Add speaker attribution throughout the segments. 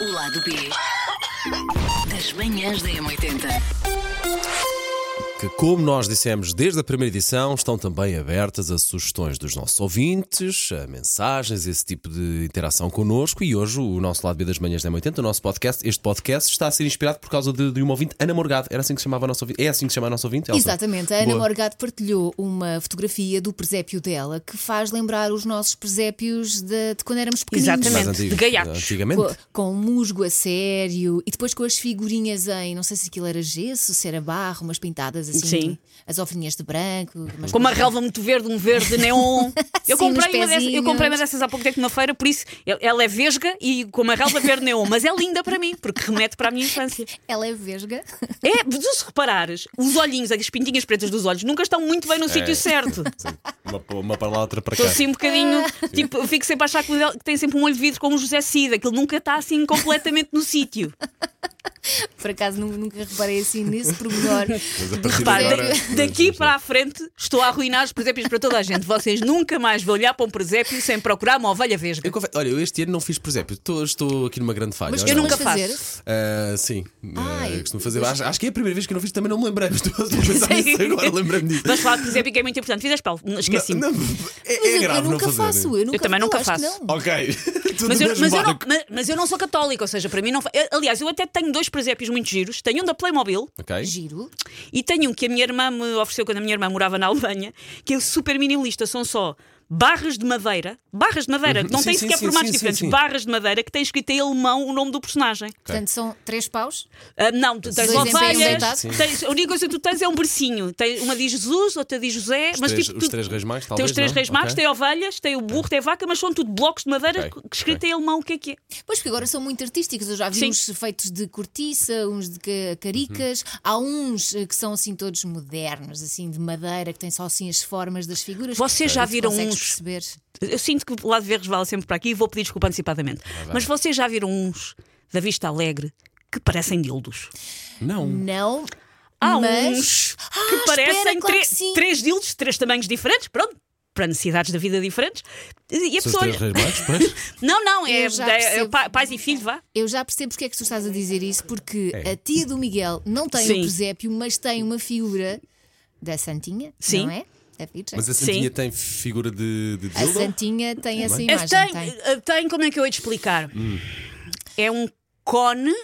Speaker 1: O lado B das manhãs da M80.
Speaker 2: que, como nós dissemos desde a primeira edição, estão também abertas a sugestões dos nossos ouvintes, a mensagens, esse tipo de interação connosco. E hoje o nosso lado B das manhãs da 80, o nosso podcast, este podcast está a ser inspirado por causa de, de uma ouvinte, Ana Morgado. Era assim que se chamava a nossa ouvinte? É assim que se chama a nossa ouvinte? Elsa?
Speaker 3: Exatamente, a Ana
Speaker 2: Boa.
Speaker 3: Morgado partilhou uma fotografia do presépio dela que faz lembrar os nossos presépios de, de quando éramos pequeninos.
Speaker 2: Mais
Speaker 4: Exatamente.
Speaker 2: antigo.
Speaker 4: De gaiatos.
Speaker 2: Antigamente.
Speaker 3: Com, com um musgo a sério e depois com as figurinhas em, não sei se aquilo era gesso, se era barro, umas pintadas assim,
Speaker 4: Sim.
Speaker 3: as ovinhas de branco. umas
Speaker 4: Com uma
Speaker 3: coisas-
Speaker 4: relva muito verde, um verde neon.
Speaker 3: Sim, nos
Speaker 4: Eu, comprei, uma dessas, eu
Speaker 3: pezinhos.
Speaker 4: comprei uma dessas há pouco tempo na feira, por isso el- ela é vesga e com uma relva verde neon, mas é linda para mim, porque remete para a minha infância.
Speaker 3: Ela é vesga.
Speaker 4: É, mas se reparares, os olhinhos, as pintinhas pretas dos olhos, nunca estão muito
Speaker 2: É.
Speaker 4: bem no sítio certo.
Speaker 2: Uma, uma para lá, outra para cá.
Speaker 4: Estou assim um bocadinho.
Speaker 2: É.
Speaker 4: Tipo, eu fico sempre a achar que o dela- que tem sempre um olho de vidro como o José Cida, aquilo nunca está assim completamente no sítio.
Speaker 3: Por acaso nu- nunca reparei assim nesse pormenor.
Speaker 2: Mas a
Speaker 3: do
Speaker 2: partir de
Speaker 4: Pá,
Speaker 2: Sim,
Speaker 4: da-
Speaker 2: agora- assim.
Speaker 3: presépio.
Speaker 4: daqui para a frente estou a arruinar os presépios para toda a gente. Vocês nunca mais vão olhar para um presépio sem procurar uma ovelha vesga.
Speaker 2: Eu confesso- olha, eu este ano não fiz, por exemplo, estou, estou aqui numa grande falha.
Speaker 3: Mas é
Speaker 2: Olha,
Speaker 4: eu nunca
Speaker 3: Vamos
Speaker 4: faço.
Speaker 3: fazer?
Speaker 2: Ah, sim,
Speaker 3: Ai,
Speaker 2: Ah, costumo fazer.
Speaker 3: mas-
Speaker 2: Acho, acho que é a primeira vez que eu não fiz, também não me lembrei. Mas estou a pensar nisso agora, lembrei-me disso.
Speaker 4: Vamos falar de presépio que assim, é muito importante. Fizeste, Paulo? Não, Esqueci-me.
Speaker 2: Não, não, é, é
Speaker 3: Mas eu,
Speaker 2: grave
Speaker 3: eu nunca
Speaker 2: não fazer.
Speaker 3: faço, eu, nunca,
Speaker 4: também nunca
Speaker 3: eu acho que
Speaker 4: faço.
Speaker 3: não.
Speaker 2: Ok, tudo
Speaker 4: Mas eu,
Speaker 2: mesmo
Speaker 4: mas eu não,
Speaker 2: barco.
Speaker 4: mas- mas eu não sou católica, ou seja, para mim não. fa- eu- Aliás, eu até tenho dois presépios muito giros. Tenho um da Playmobil
Speaker 2: Ok.
Speaker 3: Giro.
Speaker 4: e tenho um que a minha irmã me ofereceu quando a minha irmã morava na Alemanha, que é super minimalista. São só barras de madeira, barras de madeira, que não
Speaker 2: Uhum. Sim,
Speaker 4: têm
Speaker 2: sim,
Speaker 4: sequer
Speaker 2: sim,
Speaker 4: formatos
Speaker 2: sim, sim,
Speaker 4: diferentes,
Speaker 2: sim.
Speaker 4: barras de madeira que têm escrito em alemão o nome do personagem.
Speaker 3: Portanto, são três paus.
Speaker 4: Ah, não, tu tens
Speaker 3: Dois em pé, um
Speaker 4: ovelhas,
Speaker 3: deitado.
Speaker 4: tens- a única coisa que tu tens é um bercinho. Tem, uma diz Jesus, outra diz José, mas
Speaker 2: três-
Speaker 4: tipo.
Speaker 2: os
Speaker 4: tu-
Speaker 2: três reis magos,
Speaker 4: Tem
Speaker 2: talvez,
Speaker 4: os três
Speaker 2: não?
Speaker 4: reis magos,
Speaker 2: Ok.
Speaker 4: tem ovelhas, tem o burro, tem a vaca, mas são tudo blocos de madeira
Speaker 2: Ok,
Speaker 4: que- que escrito em alemão o que é que é.
Speaker 3: Pois porque agora são muito artísticos. Eu já vi
Speaker 4: Sim.
Speaker 3: uns feitos de cortiça, uns de ca- caricas.
Speaker 4: Uhum.
Speaker 3: Há uns eh, que são assim todos modernos, assim de madeira, que têm só assim as formas das figuras.
Speaker 4: Vocês já
Speaker 3: Tu
Speaker 4: viram
Speaker 3: consegues
Speaker 4: uns-
Speaker 3: perceber.
Speaker 4: Eu sinto que o lado de Verres vale sempre para aqui e vou pedir desculpa antecipadamente. Mas vocês já viram uns da Vista Alegre que parecem dildos?
Speaker 2: Não.
Speaker 3: Não.
Speaker 4: Há
Speaker 3: mas...
Speaker 4: uns que
Speaker 3: Ah,
Speaker 4: parecem
Speaker 3: espera, claro
Speaker 4: tre-
Speaker 3: que sim.
Speaker 4: três dildos, de três tamanhos diferentes, pronto, para necessidades da vida diferentes. E a
Speaker 2: São os
Speaker 4: pessoa.
Speaker 2: três
Speaker 4: olha-
Speaker 2: reis magos, pois.
Speaker 4: Não, não, é,
Speaker 3: Eu já
Speaker 4: é- é
Speaker 3: percebo.
Speaker 4: pa- pais e filhos, vá.
Speaker 3: Eu já percebo porque é que tu estás a dizer isso, porque
Speaker 2: É.
Speaker 3: a tia do Miguel não tem
Speaker 4: Sim.
Speaker 3: o presépio, mas tem uma figura da Santinha,
Speaker 4: Sim.
Speaker 3: não é? Da Virgem.
Speaker 2: Mas a
Speaker 4: Sim.
Speaker 2: Santinha tem figura de, de
Speaker 3: A
Speaker 2: dildo?
Speaker 3: Santinha tem essa
Speaker 2: bem.
Speaker 3: imagem.
Speaker 4: tem,
Speaker 3: tem.
Speaker 4: eh, tem, como é que eu hei de explicar?
Speaker 2: Hum.
Speaker 4: É um cone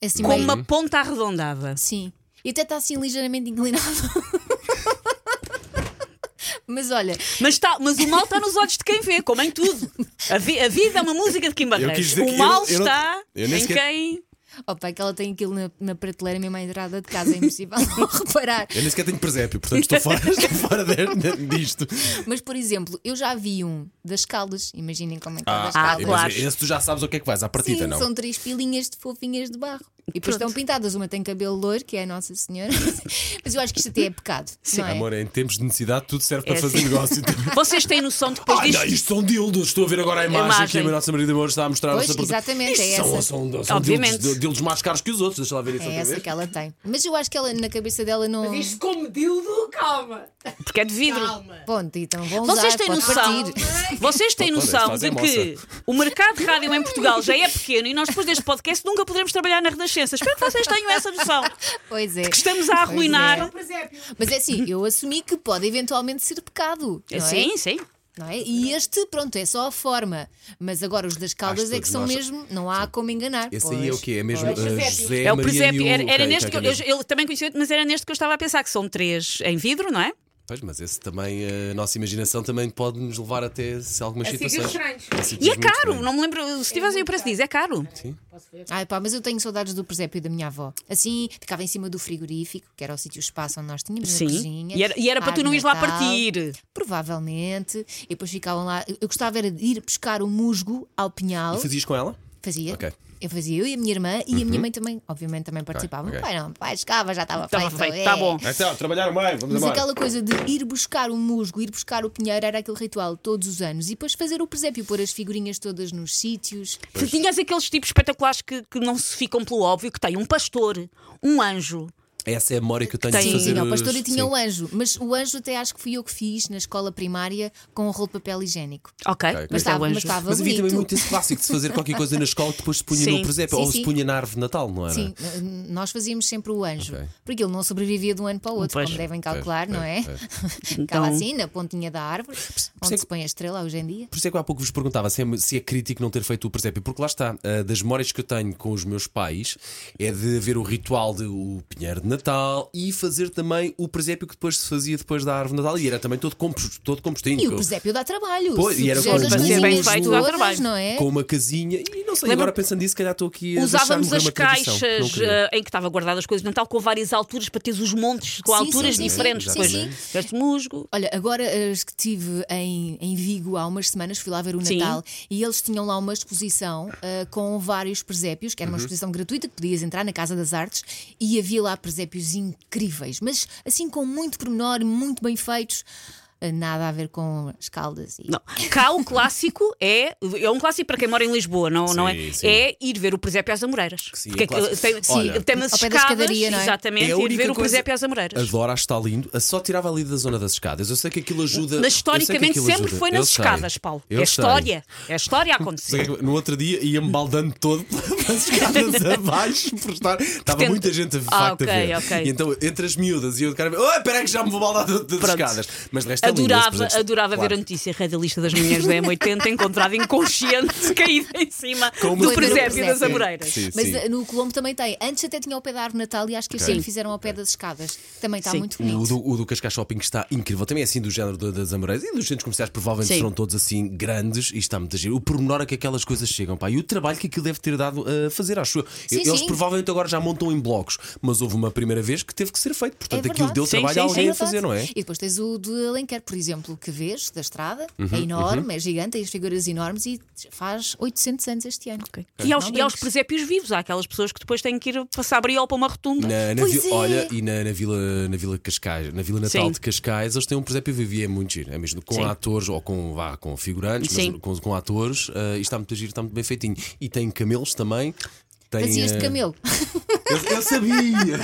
Speaker 3: Assim,
Speaker 4: com
Speaker 3: meio-
Speaker 4: uma ponta arredondada.
Speaker 3: Sim. E até está assim ligeiramente inclinado. Mas olha,
Speaker 4: Mas, está, mas o mal está nos olhos de quem vê, como em tudo. A, vi- a vida é uma música de Kim
Speaker 2: Eu quis
Speaker 4: Barreiros.
Speaker 2: dizer que
Speaker 4: O
Speaker 2: eu-
Speaker 4: mal
Speaker 2: eu não-
Speaker 4: está
Speaker 2: eu nem
Speaker 4: em
Speaker 2: sequer-
Speaker 4: quem.
Speaker 3: opa, que ela tem aquilo na, na prateleira mesmo à entrada de casa, é impossível não reparar.
Speaker 2: Eu nem sequer tenho presépio, portanto estou fora, estou fora de- disto.
Speaker 3: Mas, por exemplo, eu já vi um das caldas, imaginem como é que é das
Speaker 4: Ah,
Speaker 3: caldas.
Speaker 2: mas
Speaker 4: claro.
Speaker 2: Esse tu já sabes o que é que vais à partida,
Speaker 3: Sim,
Speaker 2: não?
Speaker 3: são três pilinhas de fofinhas de barro. E depois
Speaker 4: Pronto.
Speaker 3: estão pintadas. Uma tem cabelo loiro, que é a Nossa Senhora. Mas eu acho que isto até é pecado. não é?
Speaker 2: Amor, em tempos de necessidade, tudo serve para
Speaker 4: É
Speaker 2: fazer
Speaker 4: assim.
Speaker 2: negócio.
Speaker 4: Vocês têm noção depois
Speaker 2: Ai,
Speaker 4: disto?
Speaker 2: não, isto são dildos. Estou a ver agora a imagem,
Speaker 4: Imagem.
Speaker 2: que a minha nossa Maria de Amor está a mostrar.
Speaker 3: Pois,
Speaker 2: ao seu produtor.
Speaker 3: exatamente,
Speaker 2: Isto
Speaker 3: é
Speaker 2: são, São,
Speaker 3: essa.
Speaker 2: são, dildos,
Speaker 4: Obviamente.
Speaker 2: dildos mais caros que os outros. Deixa lá ver isso
Speaker 3: É
Speaker 2: outra
Speaker 3: essa
Speaker 2: vez.
Speaker 3: que ela tem. Mas eu acho que ela na cabeça dela não.
Speaker 5: Isto como dildo, calma.
Speaker 4: Porque é de vidro.
Speaker 5: Calma.
Speaker 3: Ponto, então vão usar,
Speaker 4: Vocês têm
Speaker 3: pode
Speaker 4: noção,
Speaker 3: partir.
Speaker 4: vocês têm
Speaker 2: Pode, pode,
Speaker 4: noção
Speaker 2: fazem
Speaker 4: de que o mercado de rádio em Portugal já é pequeno e nós depois deste podcast nunca poderemos trabalhar na Renascença. Espero que vocês tenham essa noção.
Speaker 3: Pois é.
Speaker 4: Que estamos a arruinar.
Speaker 5: Presépio.
Speaker 3: Mas é assim, eu assumi que pode eventualmente ser pecado.
Speaker 4: É,
Speaker 3: não é?
Speaker 4: sim, sim.
Speaker 3: Não é? E este, pronto, é só a forma. Mas agora os das caldas
Speaker 2: Acho
Speaker 3: é
Speaker 2: todos
Speaker 3: que são
Speaker 2: nós-
Speaker 3: mesmo. Não há como enganar.
Speaker 2: Esse aí é o
Speaker 3: Pois,
Speaker 2: quê? É mesmo
Speaker 3: pois.
Speaker 2: uh,
Speaker 5: presépio.
Speaker 2: José
Speaker 4: É o
Speaker 2: Maria
Speaker 4: presépio.
Speaker 2: e o-
Speaker 4: Era, era
Speaker 2: ok,
Speaker 4: neste que
Speaker 2: ok,
Speaker 4: eu,
Speaker 2: mesmo.
Speaker 4: eu também conheci, outro, mas era neste que eu estava a pensar, que são três em vidro, não é?
Speaker 2: Pois, mas esse também, eh, a nossa imaginação também pode nos levar até se algumas
Speaker 5: A sítios
Speaker 2: situações.
Speaker 5: estranhos.
Speaker 2: A
Speaker 4: E
Speaker 2: sítios
Speaker 4: é
Speaker 2: muito
Speaker 4: caro,
Speaker 2: estranhos.
Speaker 4: não me lembro. Se tivessem o preço diz, é caro.
Speaker 3: Ai pá, mas eu tenho saudades do presépio da minha avó. Assim, ficava em cima do frigorífico, que era o sítio espaço onde nós tínhamos na
Speaker 4: Sim.
Speaker 3: cozinha.
Speaker 4: E era, e era para tu não
Speaker 3: Árvore
Speaker 4: ires lá
Speaker 3: de Natal,
Speaker 4: partir.
Speaker 3: Provavelmente. E depois ficavam lá. Eu eu gostava era de ir buscar o musgo ao
Speaker 2: E
Speaker 3: pinhal.
Speaker 2: fazias com ela?
Speaker 3: Fazia.
Speaker 2: Ok. Uhum.
Speaker 3: Eu fazia, eu e a minha irmã, e a minha mãe também, obviamente, também participava.
Speaker 2: ok.
Speaker 3: O Pai não, o pai chegava, já estava
Speaker 4: Estava
Speaker 3: feito.
Speaker 4: feito,
Speaker 3: é.
Speaker 4: está bom.
Speaker 2: Então, trabalharam bem, vamos
Speaker 3: Mas aquela coisa de ir buscar o musgo, ir buscar o pinheiro, era aquele ritual todos os anos. E depois fazer o presépio, pôr as figurinhas todas nos sítios.
Speaker 4: Tu Tinhas aqueles tipos espetaculares que, que não se ficam pelo óbvio, que tem um pastor, um anjo,
Speaker 2: Essa é a memória que eu tenho
Speaker 4: Sim,
Speaker 2: de fazer.
Speaker 3: Tinha o pastor e
Speaker 2: os-
Speaker 3: tinha
Speaker 2: sim.
Speaker 3: o anjo, mas o anjo até acho que fui eu que fiz na escola primária com o rolo de papel higiênico.
Speaker 4: Ok,
Speaker 2: ok.
Speaker 4: mas está
Speaker 3: Mas
Speaker 4: o anjo.
Speaker 3: estava-
Speaker 2: Mas havia também
Speaker 3: bonito.
Speaker 2: muito esse clássico de se fazer qualquer coisa na escola que depois se punha
Speaker 4: Sim.
Speaker 2: no presépio
Speaker 3: Sim,
Speaker 2: ou se
Speaker 3: sim.
Speaker 2: punha na árvore de Natal, não era?
Speaker 3: Sim, n- nós fazíamos sempre o anjo,
Speaker 2: Ok.
Speaker 3: porque ele não sobrevivia de um ano para o outro,
Speaker 4: Pois,
Speaker 3: como devem calcular,
Speaker 2: pois,
Speaker 3: não é?
Speaker 2: pois,
Speaker 3: Ficava
Speaker 4: Então-
Speaker 3: assim, na pontinha da árvore, onde
Speaker 2: é que-
Speaker 3: se põe a estrela hoje em dia.
Speaker 2: Por isso é que eu há pouco vos perguntava se é, se é crítico não ter feito o presépio, porque lá está, ah, das memórias que eu tenho com os meus pais é de haver o ritual do Pinheiro de Natal e fazer também o presépio que depois se fazia depois da árvore de Natal e era também todo, compos, todo compostinho.
Speaker 3: E
Speaker 2: com-
Speaker 3: o presépio dá trabalho.
Speaker 2: Pois,
Speaker 3: se
Speaker 2: e era
Speaker 3: fizeres
Speaker 2: com
Speaker 3: as
Speaker 2: as
Speaker 4: Para ser bem
Speaker 3: coisinhas
Speaker 4: feito, dá
Speaker 3: todas,
Speaker 4: trabalho.
Speaker 3: não é?
Speaker 2: Com uma casinha e não sei,
Speaker 4: Lembra-
Speaker 2: agora pensando nisso, se calhar estou aqui a
Speaker 4: Usávamos
Speaker 2: deixar morrer
Speaker 4: as
Speaker 2: uma tradição que não
Speaker 4: caixas
Speaker 2: queria.
Speaker 4: eh, em que estava guardadas as coisas de Natal com várias alturas para teres os montes com
Speaker 3: Sim,
Speaker 4: alturas
Speaker 3: sim, sim,
Speaker 4: diferentes.
Speaker 2: sim,
Speaker 4: Depois
Speaker 3: sim.
Speaker 4: tiveste musgo.
Speaker 3: Olha, agora eh, as que tive em, em Vigo há umas semanas, fui lá ver o
Speaker 4: Sim.
Speaker 3: Natal e eles tinham lá uma exposição ah, com vários presépios, que era uma exposição gratuita que podias entrar na Casa das Artes e havia lá presépios incríveis, mas assim com muito pormenor, muito bem feitos, Ah, nada a ver com as caldas e.
Speaker 4: Não. Cá o clássico é. É um clássico para quem mora em Lisboa, não, não
Speaker 2: Sim,
Speaker 4: é?
Speaker 2: sim.
Speaker 4: É ir ver o presépio às Amoreiras.
Speaker 2: Sim,
Speaker 4: Porque
Speaker 2: é clássico.
Speaker 4: tem,
Speaker 2: Olha,
Speaker 4: tem umas
Speaker 3: ao pé da
Speaker 4: escadas.
Speaker 3: escadaria, não é?
Speaker 4: Exatamente,
Speaker 2: É a
Speaker 4: ir
Speaker 2: única
Speaker 4: ver o
Speaker 2: coisa-
Speaker 4: presépio às Amoreiras.
Speaker 2: Adoro, acho que está lindo. A só tirava ali da zona das escadas. Eu sei que aquilo ajuda.
Speaker 4: Mas
Speaker 2: eu sei que
Speaker 4: historicamente
Speaker 2: aquilo
Speaker 4: sempre
Speaker 2: ajuda.
Speaker 4: foi
Speaker 2: Eu
Speaker 4: nas
Speaker 2: sei.
Speaker 4: escadas, Paulo.
Speaker 2: Eu
Speaker 4: é
Speaker 2: sei.
Speaker 4: história. É história a
Speaker 2: Sei
Speaker 4: acontecer.
Speaker 2: que No outro dia ia-me baldando todo pelas escadas abaixo por estar. Estava
Speaker 4: Portanto-
Speaker 2: muita gente a, de
Speaker 4: Ah,
Speaker 2: facto, a
Speaker 4: ok,
Speaker 2: ver.
Speaker 4: ok.
Speaker 2: E então, entre as miúdas e eu de cara, oh, espera aí que já me vou baldar de- das
Speaker 4: Pronto.
Speaker 2: escadas. Mas de resto é lindo, esses
Speaker 4: Adorava,
Speaker 2: presentes,
Speaker 4: adorava
Speaker 2: claro.
Speaker 4: ver um a notícia rei da lista das mulheres da M80 encontrada inconsciente, caída em cima
Speaker 2: Como
Speaker 4: do
Speaker 3: assim?
Speaker 4: presépio das
Speaker 3: Sim.
Speaker 4: Amoreiras.
Speaker 2: Sim,
Speaker 3: Mas
Speaker 2: sim.
Speaker 3: ah, no Colombo também tem. Antes até tinha ao pé da árvore de Natal e acho que este
Speaker 2: Ok.
Speaker 3: ano fizeram ao pé das escadas. Também está
Speaker 4: Sim.
Speaker 3: muito bonito.
Speaker 2: O do, o do Cascais Shopping está incrível. Também é assim do género da- das Amoreiras e dos centros comerciais, provavelmente
Speaker 4: Sim.
Speaker 2: serão todos assim grandes e está muito giro. O pormenor a que aquelas coisas chegam, pá, e o trabalho que aquilo deve ter dado a fazer, acho eu.
Speaker 3: Sim,
Speaker 2: Eles
Speaker 3: sim.
Speaker 2: provavelmente agora já montam em blocos, mas houve uma primeira vez que teve que ser feito, portanto
Speaker 3: É
Speaker 2: aquilo
Speaker 3: verdade.
Speaker 2: deu
Speaker 3: Sim,
Speaker 2: trabalho
Speaker 4: sim,
Speaker 2: a
Speaker 4: sim.
Speaker 2: alguém
Speaker 3: É
Speaker 2: a fazer, não é?
Speaker 3: E depois tens o de Alenquer, por exemplo, que vês da estrada,
Speaker 2: Uhum,
Speaker 3: é enorme, é gigante, tem as figuras enormes e faz 800 anos este ano.
Speaker 4: E aos,
Speaker 3: Não
Speaker 4: e aos
Speaker 3: brinques.
Speaker 4: presépios vivos, há aquelas pessoas que depois têm que ir passar a briol para uma rotunda.
Speaker 2: Na, na
Speaker 3: Pois
Speaker 2: vi-
Speaker 3: é.
Speaker 2: Olha, e na, na vila, na vila Cascais, na Vila Natal
Speaker 4: Sim.
Speaker 2: de Cascais, eles têm um presépio vivi, é muito giro, é mesmo com
Speaker 4: Sim.
Speaker 2: atores ou com, vá, com figurantes,
Speaker 4: Sim.
Speaker 2: mas com, com atores, eh, e está muito giro, está muito bem feitinho. E tem camelos também. Tem,
Speaker 3: Fazias de
Speaker 2: eh,
Speaker 3: camelo.
Speaker 2: Eu, eu sabia,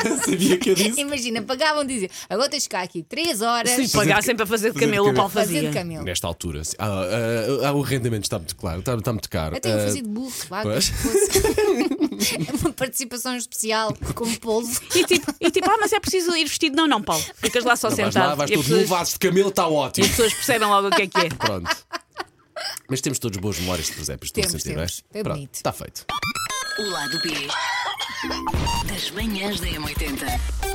Speaker 2: eu sabia que eu disse.
Speaker 3: Imagina, pagavam dizer agora tens de ficar aqui 3 horas
Speaker 4: Sim, pagar sempre a
Speaker 2: fazer
Speaker 4: fazer de
Speaker 2: de
Speaker 4: camelo, o
Speaker 2: camelo.
Speaker 4: Paulo
Speaker 3: fazer
Speaker 4: fazia.
Speaker 3: de camelo.
Speaker 2: Nesta altura, sim. Ah, ah, ah, o rendimento está muito claro, está, está muito caro.
Speaker 3: Até eu um
Speaker 2: Ah,
Speaker 3: fazia de burro, vá, como
Speaker 2: pois.
Speaker 3: se fosse. É uma participação especial como polvo.
Speaker 4: E tipo, e tipo, ah, mas é preciso ir vestido. Não, não, Paulo. Ficas lá só
Speaker 2: não, vais
Speaker 4: sentado.
Speaker 2: lá, vais
Speaker 4: e, as
Speaker 2: todo nu,
Speaker 4: pessoas,
Speaker 2: vaso de camelo, está
Speaker 4: e
Speaker 2: ótimo.
Speaker 4: as pessoas percebem logo o que é que é.
Speaker 2: Pronto. Mas temos todos boas memórias de presépios, estou a
Speaker 3: Temos,
Speaker 2: sentir, não é?
Speaker 3: temos. É
Speaker 2: Pronto,
Speaker 3: bonito.
Speaker 2: está feito.
Speaker 1: O lado B das manhãs da M80.